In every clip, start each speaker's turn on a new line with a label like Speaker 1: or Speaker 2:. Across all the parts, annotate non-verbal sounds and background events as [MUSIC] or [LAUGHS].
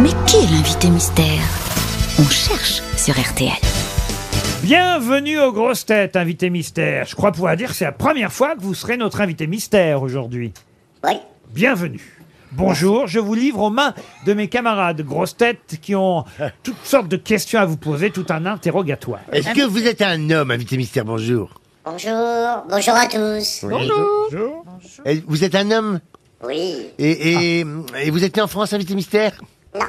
Speaker 1: Mais qui est l'invité mystère On cherche sur RTL.
Speaker 2: Bienvenue aux grosses têtes, invité mystère. Je crois pouvoir dire que c'est la première fois que vous serez notre invité mystère aujourd'hui.
Speaker 3: Oui.
Speaker 2: Bienvenue. Bonjour, je vous livre aux mains de mes camarades grosses têtes qui
Speaker 4: [LAUGHS]
Speaker 2: ont toutes sortes de questions à vous poser, tout un interrogatoire.
Speaker 5: Est-ce que vous êtes un homme, invité mystère Bonjour.
Speaker 3: Bonjour, bonjour à tous. Oui.
Speaker 2: Bonjour. Ah.
Speaker 5: Et Vous êtes un homme et, et- et vous êtes né en France, invité mystère
Speaker 3: Non.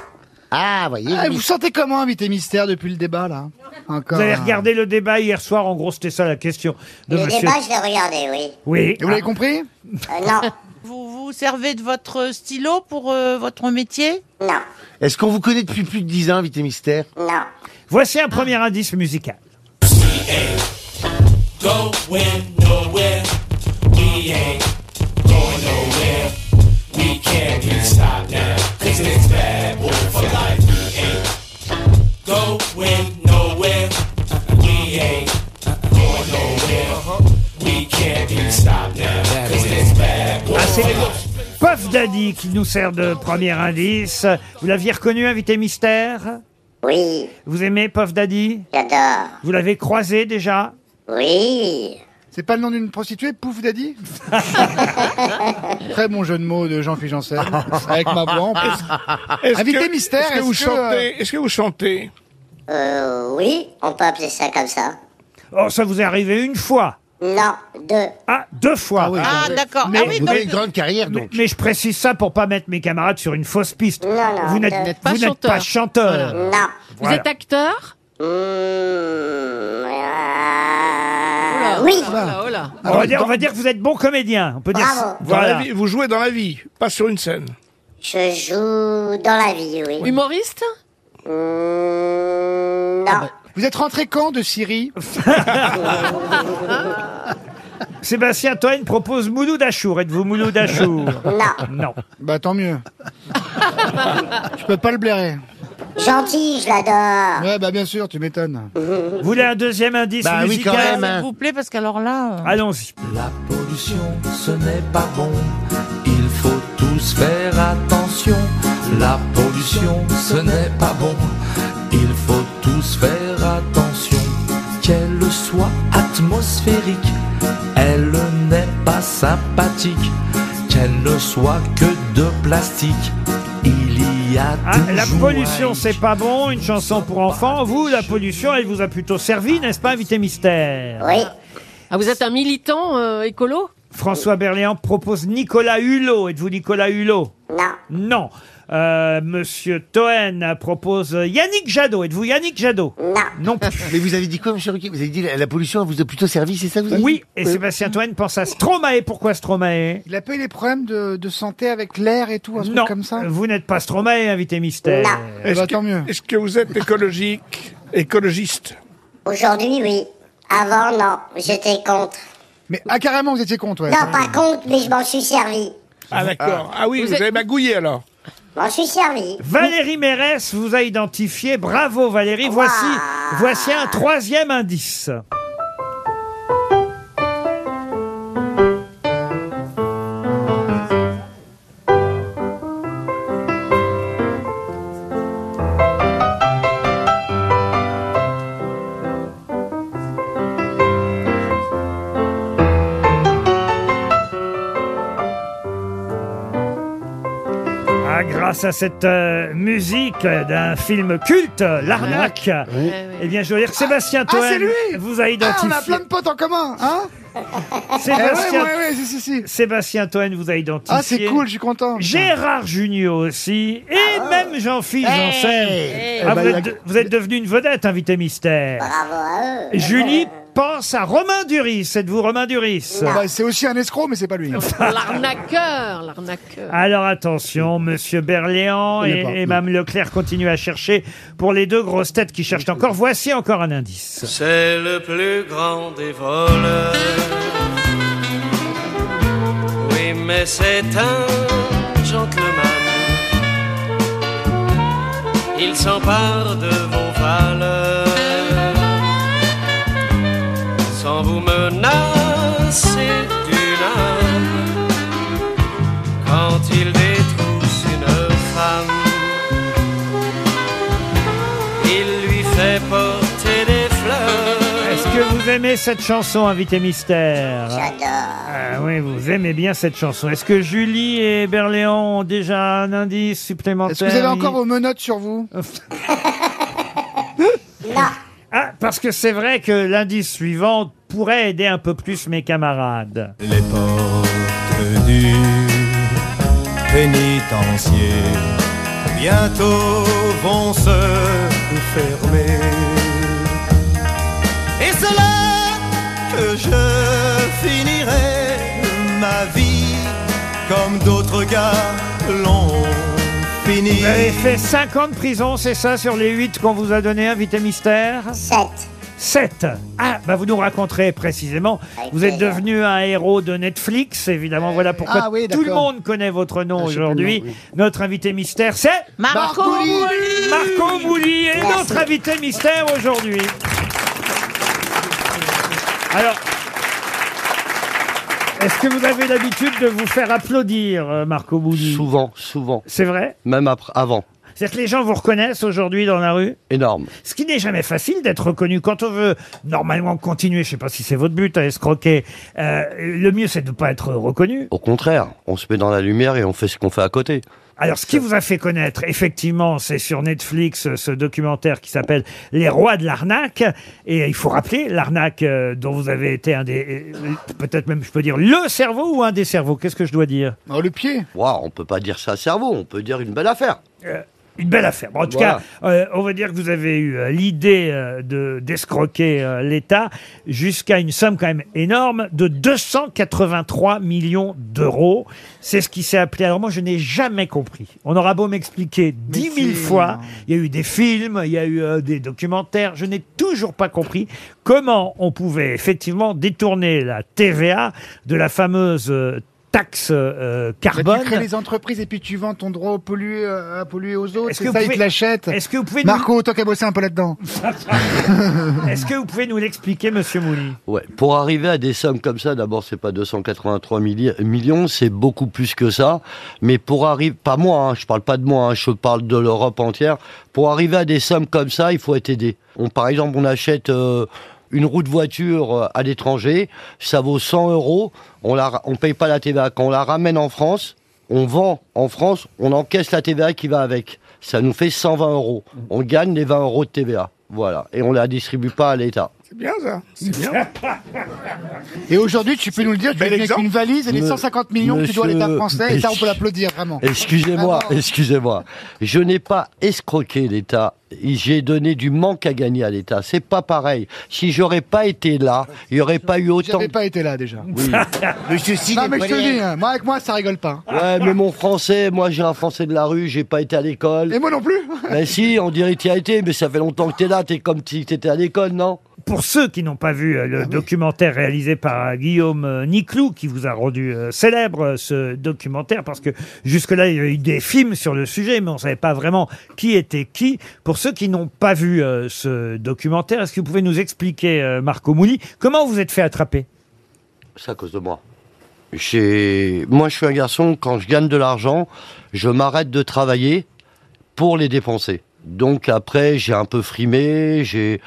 Speaker 5: Ah, voyez.
Speaker 4: Ah,
Speaker 5: vous-
Speaker 4: vous sentez comment, invité mystère, depuis le débat, là Encore.
Speaker 2: Vous avez
Speaker 4: hein.
Speaker 2: regardé le débat hier soir, en gros, c'était ça la question de
Speaker 3: Le
Speaker 2: monsieur.
Speaker 3: débat, je l'ai regardé, oui.
Speaker 2: Oui.
Speaker 4: Et vous l'avez
Speaker 6: Ah.
Speaker 4: compris
Speaker 3: Euh, non,
Speaker 7: Vous vous servez de votre stylo pour euh, votre métier
Speaker 3: non,
Speaker 5: Est-ce qu'on vous connaît depuis plus de 10 ans, invité mystère
Speaker 3: non.
Speaker 2: Voici un premier indice musical.
Speaker 8: going nowhere. We ain't going nowhere. We can't be stopped now. Cause it's bad boy for life. We ain't going nowhere. We ain't going nowhere. We can't be stopped now. Cause it's bad boy
Speaker 2: Ah, c'est
Speaker 8: for life.
Speaker 2: Puff Daddy qui nous sert de premier indice. Vous l'aviez reconnu, invité mystère
Speaker 3: Oui,
Speaker 2: Vous aimez Puff Daddy
Speaker 3: j'adore.
Speaker 2: Vous l'avez croisé déjà
Speaker 3: Oui.
Speaker 4: C'est pas le nom d'une prostituée,
Speaker 6: [LAUGHS]
Speaker 4: Pouf Daddy Très bon jeu de mots de Jean-Philippe Janssen, [LAUGHS] avec ma voix en plus.
Speaker 6: Est-ce
Speaker 4: Invité mystère,
Speaker 6: est-ce que
Speaker 4: est-ce
Speaker 6: vous
Speaker 4: que,
Speaker 6: chantez Est-ce que vous chantez
Speaker 3: Euh, oui, on peut appeler ça comme ça.
Speaker 2: Oh, ça vous est arrivé une fois.
Speaker 3: Non, deux.
Speaker 2: Ah, deux fois.
Speaker 7: Ah, d'accord.
Speaker 2: Mais
Speaker 7: ah oui,
Speaker 5: Vous
Speaker 7: donc-
Speaker 5: avez une grande carrière,
Speaker 2: Mais,
Speaker 5: donc.
Speaker 2: mais je précise ça pour pas mettre mes camarades sur une fausse piste.
Speaker 3: Non, non,
Speaker 2: vous n'êtes
Speaker 3: euh,
Speaker 2: vous
Speaker 7: pas
Speaker 2: n'êtes
Speaker 7: chanteur.
Speaker 2: pas chanteur.
Speaker 3: Non.
Speaker 2: Voilà.
Speaker 9: acteur
Speaker 3: Mmh, ah, oui,
Speaker 9: oh là.
Speaker 2: On, va dire, on va dire que vous êtes bon comédien. On peut dire
Speaker 3: Bravo.
Speaker 6: Dans la
Speaker 2: voilà.
Speaker 6: vie- Vous jouez dans la vie, pas sur une scène.
Speaker 3: je joue dans la vie, oui.
Speaker 9: Humoriste
Speaker 3: Mmh, non,
Speaker 4: Vous êtes rentré quand de Syrie
Speaker 2: Sébastien Toen propose Mouloud Achour. Êtes-vous Mouloud Achour
Speaker 3: non.
Speaker 2: [LAUGHS] Non.
Speaker 4: Bah,
Speaker 6: [LAUGHS]
Speaker 4: tant mieux. Je peux pas le blairer.
Speaker 3: Gentil, je l'adore.
Speaker 4: Ouais, bah, bien sûr, tu m'étonnes.
Speaker 2: Vous voulez un deuxième indice
Speaker 5: Bah oui,
Speaker 2: musical
Speaker 5: quand même, hein.
Speaker 7: S'il vous plaît, parce qu'alors là. euh,
Speaker 2: Allons-y.
Speaker 8: La pollution, ce n'est pas bon. Il faut tous faire attention. La pollution, ce n'est pas bon. Il faut tous faire attention. Qu'elle soit atmosphérique, elle n'est pas sympathique. Qu'elle ne soit que de plastique, il y a
Speaker 2: Ah, la
Speaker 8: toujours
Speaker 2: pollution,
Speaker 8: un
Speaker 2: c'est pas bon. Une chanson pour enfants. Vous, la pollution, elle vous a plutôt servi, n'est-ce pas, invité mystère
Speaker 3: Oui,
Speaker 9: Ah, vous êtes un militant euh, écolo
Speaker 2: François Berléand propose Nicolas Hulot. Êtes-vous Nicolas Hulot
Speaker 3: non,
Speaker 2: Non. Euh, Monsieur Toen propose Yannick Jadot. Êtes-vous Yannick Jadot
Speaker 3: non.
Speaker 2: Non
Speaker 4: [LAUGHS]
Speaker 2: plus.
Speaker 5: Mais vous avez dit quoi, monsieur Ruquier Vous avez dit la, la pollution vous a plutôt servi, c'est ça que vous avez
Speaker 2: Oui,
Speaker 5: dit
Speaker 2: et Sébastien Toen pense à Stromae. Pourquoi Stromae
Speaker 4: Il a pas eu les problèmes de, de santé avec l'air et tout, un truc
Speaker 2: Non,
Speaker 4: comme ça
Speaker 2: vous n'êtes pas Stromae, invité mystère.
Speaker 3: Non.
Speaker 4: Eh
Speaker 6: Euh, Est-ce
Speaker 4: bah,
Speaker 6: que,
Speaker 4: tant mieux.
Speaker 6: est-ce que vous êtes écologique, écologiste
Speaker 3: Aujourd'hui, oui. Avant, non. J'étais contre.
Speaker 4: Mais, ah, carrément, vous étiez contre, ouais.
Speaker 3: Non, pas contre, mais je m'en suis servi.
Speaker 6: Ah d'accord. Ah oui, vous,
Speaker 9: êtes-
Speaker 6: avez magouillé alors.
Speaker 3: Je M'en suis servi.
Speaker 2: Valérie Mérès vous a identifié. Bravo Valérie. Voici, voici un troisième indice. Ah, grâce à cette euh, musique euh, d'un film culte, euh, L'arnaque, eh bien, je dois dire que Sébastien
Speaker 4: Ah, c'est
Speaker 2: Toen
Speaker 4: lui
Speaker 2: vous a
Speaker 4: Ah, on a
Speaker 2: identifié.
Speaker 4: plein de potes en commun, hein Eh ouais, ouais,
Speaker 2: Sébastien,
Speaker 4: ouais, si, si, si.
Speaker 2: Sébastien Toen vous a identifié.
Speaker 4: Ah, c'est cool, Ah. je suis content.
Speaker 2: Gérard Junior aussi, et même Jean-Philippe Janssen.
Speaker 4: Eh
Speaker 2: Ah,
Speaker 4: ben,
Speaker 2: vous, êtes de- vous êtes devenu une vedette, invité mystère.
Speaker 3: Bravo à eux. Eh
Speaker 2: Julie pense à Romain Duris. Êtes-vous Romain Duris
Speaker 4: Bah, c'est aussi un escroc, mais c'est pas lui.
Speaker 9: L'arnaqueur, l'arnaqueur.
Speaker 2: Alors attention, Monsieur Berléand
Speaker 4: Il est
Speaker 2: et,
Speaker 4: pas.
Speaker 2: et Mme Leclerc continuent à chercher pour les deux grosses têtes qui cherchent encore. Voici encore un indice.
Speaker 8: C'est le plus grand des voleurs. Oui, mais c'est un gentleman. Il s'empare de vos valeurs sans vous menacer d'une arme. Quand il détrousse une femme,
Speaker 10: vais porter des fleurs.
Speaker 2: Est-ce que vous aimez cette chanson, invité mystère
Speaker 3: J'adore.
Speaker 2: Ah oui, vous aimez bien cette chanson. Est-ce que Julie et Berléon ont déjà un indice supplémentaire
Speaker 4: Est-ce que vous avez encore vos menottes sur vous
Speaker 2: Ah, parce que c'est vrai que l'indice suivant pourrait aider un peu plus mes camarades.
Speaker 10: Les portes du pénitencier bientôt vont se fermer. Et c'est là que je finirai ma vie comme d'autres gars l'ont fini.
Speaker 2: Vous avez fait 50 prisons, c'est ça, sur les 8 qu'on vous a donné, invité mystère
Speaker 3: 7.
Speaker 2: 7. Ah, bah vous nous raconterez précisément. Vous êtes devenu un héros de Netflix, évidemment. Voilà pourquoi
Speaker 4: Ah oui,
Speaker 2: tout le
Speaker 4: d'accord.
Speaker 2: monde connaît votre nom
Speaker 4: Ah, je sais plus le nom,
Speaker 2: aujourd'hui. Notre invité mystère, c'est
Speaker 7: Marco
Speaker 4: Marcouli.
Speaker 7: Mouli.
Speaker 2: Marco Bouli est
Speaker 3: Merci.
Speaker 2: notre invité mystère aujourd'hui. Alors, est-ce que vous avez l'habitude de vous faire applaudir, euh, Marco Bouli
Speaker 5: Souvent, souvent.
Speaker 2: C'est vrai
Speaker 5: Même après, ah, avant.
Speaker 2: C'est-à-dire que les gens vous reconnaissent aujourd'hui dans la rue
Speaker 5: Énorme.
Speaker 2: ce qui n'est jamais facile d'être reconnu. Quand on veut normalement continuer, je sais pas si c'est votre but à escroquer, euh, le mieux c'est de ne pas être reconnu.
Speaker 5: Au contraire, on se met dans la lumière et on fait ce qu'on fait à côté.
Speaker 2: Alors ce qui vous a fait connaître, effectivement, c'est sur Netflix euh, ce documentaire qui s'appelle Les rois de l'arnaque. Et euh, il faut rappeler l'arnaque euh, dont vous avez été un des, euh, peut-être même je peux dire le cerveau ou un des cerveaux. Qu'est-ce que je dois dire
Speaker 4: Oh, le pied
Speaker 5: Waouh, on peut pas dire ça cerveau, on peut dire une belle affaire.
Speaker 2: Une belle affaire. Bon, en tout
Speaker 5: Voilà.
Speaker 2: cas, euh, on va dire que vous avez eu euh, l'idée euh, de d'escroquer euh, l'État jusqu'à une somme quand même énorme de 283 millions d'euros. C'est ce qui s'est appelé. Alors moi, je n'ai jamais compris. On aura beau m'expliquer dix mille
Speaker 4: si.
Speaker 2: fois, il y a eu des films, il y a eu euh, des documentaires. Je n'ai toujours pas compris comment on pouvait effectivement détourner la TVA de la fameuse euh, taxe euh,
Speaker 4: Bah,
Speaker 2: carbone.
Speaker 4: Tu crées les entreprises et puis tu vends ton droit au pollu- euh, à polluer aux autres.
Speaker 2: Est-ce
Speaker 4: C'est
Speaker 2: que
Speaker 4: ça,
Speaker 2: vous
Speaker 4: ils
Speaker 2: pouvez-
Speaker 4: te l'achètent.
Speaker 2: Est-ce que vous pouvez nous-
Speaker 4: Marco, toi qui as bossé un peu là-dedans.
Speaker 2: Est-ce que vous pouvez nous l'expliquer, Monsieur Mouli
Speaker 5: Ouais, pour arriver à des sommes comme ça, d'abord c'est pas 283 milli- millions, c'est beaucoup plus que ça. Mais pour arriver, pas moi, hein, je parle pas de moi, hein, je parle de l'Europe entière. Pour arriver à des sommes comme ça, il faut être aidé. On, par exemple, on achète euh, une roue de voiture euh, à l'étranger, ça vaut 100 euros, on la, ra- on paye pas la TVA. Quand on la ramène en France, on vend en France, on encaisse la TVA qui va avec. Ça nous fait 120 euros. On gagne les 20 euros de TVA. Voilà, et on la distribue pas à l'État.
Speaker 6: C'est bien ça.
Speaker 4: Et aujourd'hui, tu peux nous le dire, tu
Speaker 6: Bel
Speaker 4: viens avec
Speaker 6: exemple.
Speaker 4: une valise et les
Speaker 5: Me-
Speaker 4: 150 millions que tu dois à
Speaker 5: monsieur-
Speaker 4: l'État français, et ça, on peut
Speaker 5: Monsieur-
Speaker 4: l'applaudir vraiment.
Speaker 5: Excusez-moi,
Speaker 4: Vraiment.
Speaker 5: excusez-moi. Je n'ai pas escroqué l'État. J'ai donné du manque à gagner à l'État. C'est pas pareil. Si j'aurais pas été là, il n'y aurait pas eu autant.
Speaker 4: J'avais
Speaker 5: de-
Speaker 4: pas été là déjà. [LAUGHS]
Speaker 5: Oui. Monsieur
Speaker 4: non, mais je te dis, hein, moi avec moi, ça rigole pas.
Speaker 5: Ouais, mais mon français, moi j'ai un français de la rue, j'ai pas été à l'école.
Speaker 4: Et moi non plus
Speaker 5: Mais si, on dirait t'y as été, mais ça fait longtemps que t'es là, t'es comme si t'étais à l'école, non
Speaker 2: Pour ceux qui n'ont pas vu
Speaker 5: Ah
Speaker 2: euh, le documentaire réalisé par euh, Guillaume euh, Niclou, qui vous a rendu euh, célèbre euh, ce documentaire, parce que jusque-là, il y a eu des films sur le sujet, mais on ne savait pas vraiment qui était qui. Pour ceux qui n'ont pas vu euh, ce documentaire, est-ce que vous pouvez nous expliquer, euh, Marco Mouli, comment vous êtes fait attraper
Speaker 5: C'est à cause de moi. J'ai- Moi, je suis un garçon, quand je gagne de l'argent, je m'arrête de travailler pour les dépenser. Donc après, j'ai un peu frimé, j'ai.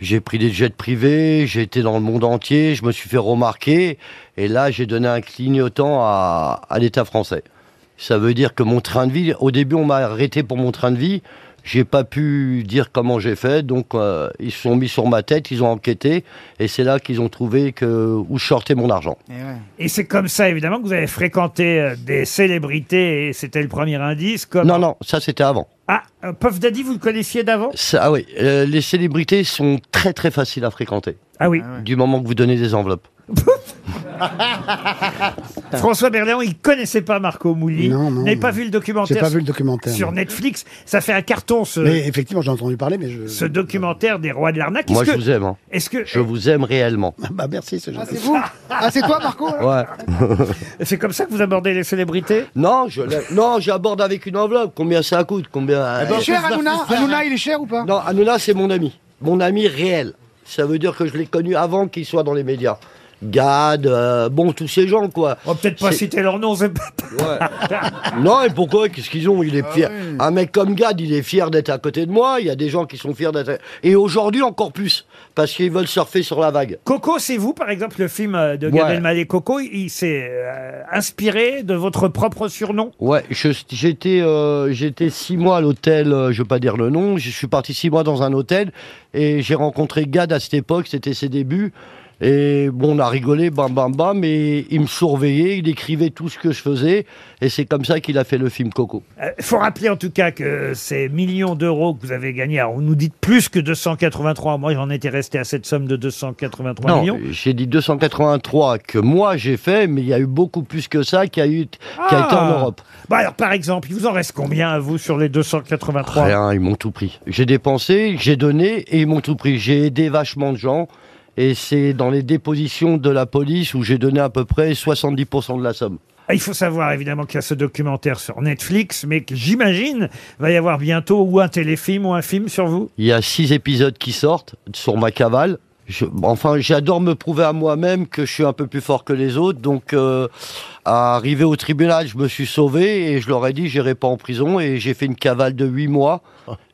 Speaker 5: J'ai pris des jets privés, j'ai été dans le monde entier, je me suis fait remarquer, et là j'ai donné un clignotant à, à l'État français. Ça veut dire que mon train de vie, au début on m'a arrêté pour mon train de vie, j'ai pas pu dire comment j'ai fait, donc euh, ils se sont mis sur ma tête, ils ont enquêté, et c'est là qu'ils ont trouvé que, où je sortais mon argent.
Speaker 2: Et c'est comme ça, évidemment, que vous avez fréquenté euh, des célébrités, et c'était le premier indice. Comme...
Speaker 5: Non, non, ça c'était avant.
Speaker 2: Ah, euh, Puff Daddy, vous le connaissiez d'avant
Speaker 5: Ça, ah oui, euh, les célébrités sont très très faciles à fréquenter,
Speaker 2: Ah oui.
Speaker 5: du moment que vous donnez des enveloppes.
Speaker 2: François Berléon, il connaissait pas Marco Mouli.
Speaker 11: Non, non,
Speaker 2: n'avait
Speaker 11: non.
Speaker 2: pas vu le
Speaker 11: J'ai
Speaker 2: documentaire
Speaker 11: pas vu le documentaire.
Speaker 2: sur
Speaker 11: non.
Speaker 2: Netflix. Ça fait un carton ce,
Speaker 11: Mais effectivement, j'ai entendu parler, mais je.
Speaker 2: ce documentaire des rois de l'arnaque.
Speaker 5: Moi
Speaker 2: Est-ce
Speaker 5: je
Speaker 2: que,
Speaker 5: vous aime, hein.
Speaker 2: est-ce que
Speaker 5: je vous aime réellement.
Speaker 11: Bah merci, c'est gentil.
Speaker 4: C'est vous Ah, c'est toi, Marco alors
Speaker 5: Ouais.
Speaker 2: c'est comme ça que vous abordez les célébrités
Speaker 5: Non, je l'ai- non, j'aborde avec une enveloppe. Combien ça coûte Combien euh,
Speaker 4: Il est cher, Hanouna Hanouna, il est cher ou pas
Speaker 5: Non, Hanouna, c'est mon ami, mon ami réel. Ça veut dire que je l'ai connu avant qu'il soit dans les médias. Gad, euh, bon, tous ces gens, quoi.
Speaker 2: On va peut-être pas citer leur nom, c'est
Speaker 5: non, et pourquoi Qu'est-ce qu'ils ont Il est
Speaker 2: Ah
Speaker 5: fier.
Speaker 2: oui.
Speaker 5: Un mec comme Gad, il est fier d'être à côté de moi. Il y a des gens qui sont fiers d'être. Et aujourd'hui encore plus, parce qu'ils veulent surfer sur la vague.
Speaker 2: [LAUGHS] Coco, c'est vous, par exemple, le film euh, de Gad
Speaker 5: Ouais.
Speaker 2: Elmaleh Coco, il s'est euh, inspiré de votre propre surnom
Speaker 5: Ouais, je- j'étais euh, j'étais six mois à l'hôtel, euh, je veux pas dire le nom, je suis parti six mois dans un hôtel et j'ai rencontré Gad à cette époque, c'était ses débuts. Et bon, on a rigolé, bam bam bam, et il me surveillait, il écrivait tout ce que je faisais, et c'est comme ça qu'il a fait le film Coco.
Speaker 2: Il Euh, faut rappeler en tout cas que ces millions d'euros que vous avez gagnés, alors, on nous dit plus que 283, moi j'en étais resté à cette somme de 283
Speaker 5: non,
Speaker 2: millions.
Speaker 5: j'ai dit 283 que moi j'ai fait, mais il y a eu beaucoup plus que ça qui a, eu, qui a été en
Speaker 2: Ah
Speaker 5: Europe.
Speaker 2: Bah alors par exemple, il vous en reste combien à vous sur les 283
Speaker 5: Rien, ils m'ont tout pris. J'ai dépensé, j'ai donné et ils m'ont tout pris. J'ai aidé vachement de gens et c'est dans les dépositions de la police où j'ai donné à peu près 70% de la somme.
Speaker 2: Ah, Il faut savoir évidemment qu'il y a ce documentaire sur Netflix, mais que j'imagine va y avoir bientôt ou un téléfilm ou un film sur vous.
Speaker 5: Il y a six épisodes qui sortent sur ma cavale. Je- enfin, j'adore me prouver à moi-même que je suis un peu plus fort que les autres. Donc, euh, à arriver au tribunal, je me suis sauvé et je leur ai dit, j'irai pas en prison. Et j'ai fait une cavale de huit mois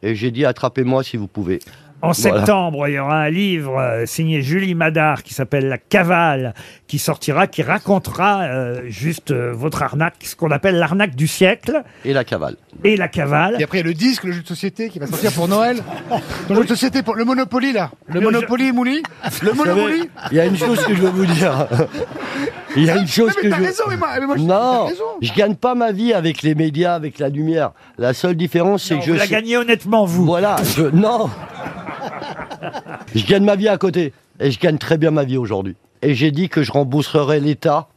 Speaker 5: et j'ai dit, attrapez-moi si vous pouvez.
Speaker 2: En
Speaker 5: Voilà.
Speaker 2: septembre, il y aura un livre euh, signé Julie Madard qui s'appelle La Cavale, qui sortira, qui racontera euh, juste euh, votre arnaque, ce qu'on appelle l'arnaque du siècle
Speaker 5: Et la cavale.
Speaker 2: et la cavale.
Speaker 4: Et après, il y a le disque, le jeu de société qui va sortir pour Noël. Ton jeu de société pour le Monopoly, là. Le Monopoly, Mouli. Le
Speaker 5: Vous savez,
Speaker 4: Monopoly.
Speaker 5: Il y a une chose que je veux vous dire. [LAUGHS] Il y a une chose
Speaker 4: Non, mais
Speaker 5: que
Speaker 4: t'as
Speaker 5: je.
Speaker 4: raison, mais moi- mais moi, je-
Speaker 5: non,
Speaker 4: t'as raison.
Speaker 5: je gagne pas ma vie avec les médias, avec la lumière. La seule différence, c'est
Speaker 2: Non,
Speaker 5: que je.
Speaker 2: vous la
Speaker 5: sais-
Speaker 2: gagnez honnêtement, vous.
Speaker 5: Voilà, je. Non Je gagne ma vie à côté. Et je gagne très bien ma vie aujourd'hui. Et j'ai dit que je rembourserai l'État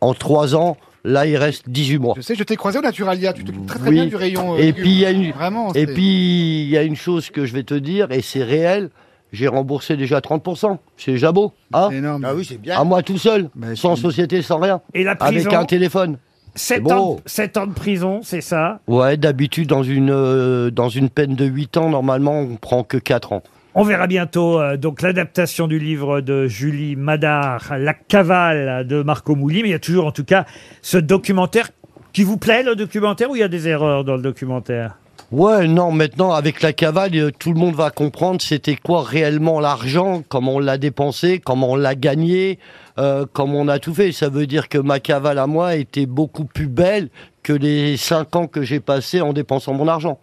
Speaker 5: en 3 ans. Là, il reste 18 mois.
Speaker 4: Tu sais, je t'ai croisé au Naturalia. Tu t'occupes très très
Speaker 5: Oui.
Speaker 4: bien du rayon. euh,
Speaker 5: et puis il y a une
Speaker 4: Vraiment.
Speaker 5: et
Speaker 4: c'est-
Speaker 5: puis il y a une chose que je vais te dire et c'est réel. J'ai remboursé déjà 30%. C'est déjà beau, hein
Speaker 11: Ah oui, c'est bien.
Speaker 5: À moi tout seul, sans société, sans rien.
Speaker 2: Et la prison
Speaker 5: Avec un téléphone. C'est
Speaker 2: 7,
Speaker 5: beau.
Speaker 2: ans, de- sept ans de prison, c'est ça
Speaker 5: Ouais, d'habitude dans une euh, dans une peine de 8 ans normalement on prend que 4 ans.
Speaker 2: On verra bientôt euh, donc l'adaptation du livre de Julie Madard, La Cavale de Marco Mouli, mais il y a toujours en tout cas ce documentaire qui vous plaît, le documentaire, ou il y a des erreurs dans le documentaire
Speaker 5: Ouais, non, maintenant avec la cavale, euh, tout le monde va comprendre c'était quoi réellement l'argent, comment on l'a dépensé, comment on l'a gagné, euh, comment on a tout fait. Ça veut dire que ma cavale à moi était beaucoup plus belle que les 5 ans que j'ai passés en dépensant mon argent.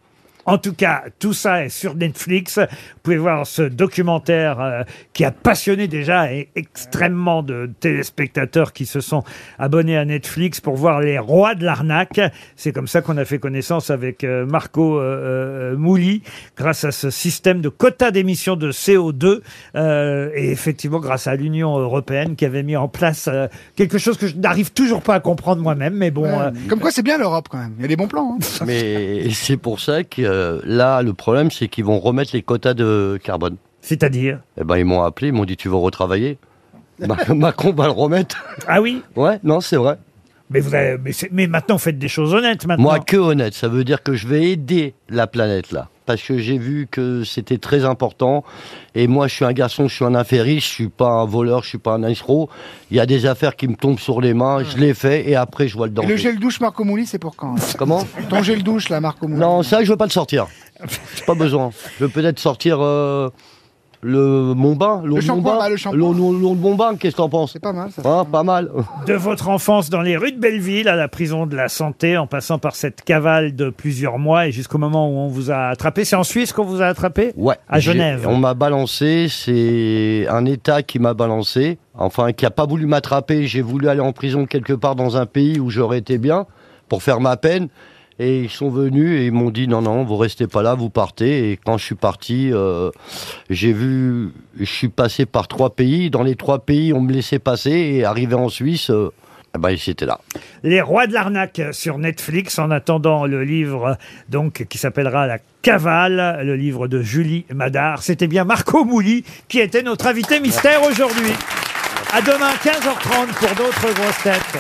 Speaker 2: En tout cas, tout ça est sur Netflix. Vous pouvez voir ce documentaire euh, qui a passionné déjà et extrêmement de téléspectateurs qui se sont abonnés à Netflix pour voir les rois de l'arnaque. C'est comme ça qu'on a fait connaissance avec euh, Marco euh, euh, Mouli grâce à ce système de quota d'émission de CO2 euh, et effectivement grâce à l'Union européenne qui avait mis en place euh, quelque chose que je n'arrive toujours pas à comprendre moi-même, mais bon.
Speaker 4: Ouais.
Speaker 2: euh,
Speaker 4: Comme quoi, c'est bien l'Europe quand même. Il y a des bons plans. hein.
Speaker 5: Mais c'est pour ça que euh, là le problème c'est qu'ils vont remettre les quotas de carbone.
Speaker 2: c'est-à-dire
Speaker 5: Eh ben ils m'ont appelé, ils m'ont dit tu vas retravailler. Ma- Macron va le remettre.
Speaker 2: Ah oui
Speaker 5: Ouais, non, c'est vrai.
Speaker 2: mais, vous avez- mais, c'est- mais maintenant, faites des choses honnêtes. Maintenant.
Speaker 5: Moi, que honnête, ça veut dire que je vais aider la planète là. Parce que j'ai vu que c'était très important. Et moi, je suis un garçon, je suis un infériste, je suis pas un voleur, je suis pas un escroc. Il y a des affaires qui me tombent sur les mains, je les fais et après, je vois le
Speaker 4: Et le
Speaker 5: danger.
Speaker 4: gel douche Marco Mouli, c'est pour quand hein
Speaker 5: Comment
Speaker 4: Ton gel douche là, Marco Mouli.
Speaker 5: Non, ça, je veux pas le sortir. J'ai pas besoin. Je veux peut-être sortir euh, le mon bain, l'eau
Speaker 4: Le
Speaker 5: de mon
Speaker 4: shampoing,
Speaker 5: bain.
Speaker 4: bah, le shampoing.
Speaker 5: L'eau- l'eau- l'eau de mon bain, qu'est-ce que t'en penses
Speaker 4: C'est pas mal ça.
Speaker 5: Hein, Pas mal.
Speaker 2: de votre enfance dans les rues de Belleville à la prison de la santé, en passant par cette cavale de plusieurs mois et jusqu'au moment où on vous a attrapé. C'est en Suisse qu'on vous a attrapé
Speaker 5: Ouais.
Speaker 2: À
Speaker 5: J'ai-
Speaker 2: Genève.
Speaker 5: On m'a balancé, c'est un État qui m'a balancé, enfin qui a pas voulu m'attraper. J'ai voulu aller en prison quelque part dans un pays où j'aurais été bien pour faire ma peine. Et ils sont venus et ils m'ont dit non, non, vous restez pas là, vous partez. Et quand je suis parti, euh, j'ai vu, je suis passé par trois pays. Dans les trois pays, on me laissait passer et arrivé en Suisse, euh, eh ben, ils étaient là.
Speaker 2: Les rois de l'arnaque euh, sur Netflix. En attendant le livre euh, donc qui s'appellera La Cavale, le livre de Julie Madard. C'était bien Marco Mouli qui était notre invité mystère aujourd'hui. À demain 15h30 pour d'autres grosses têtes.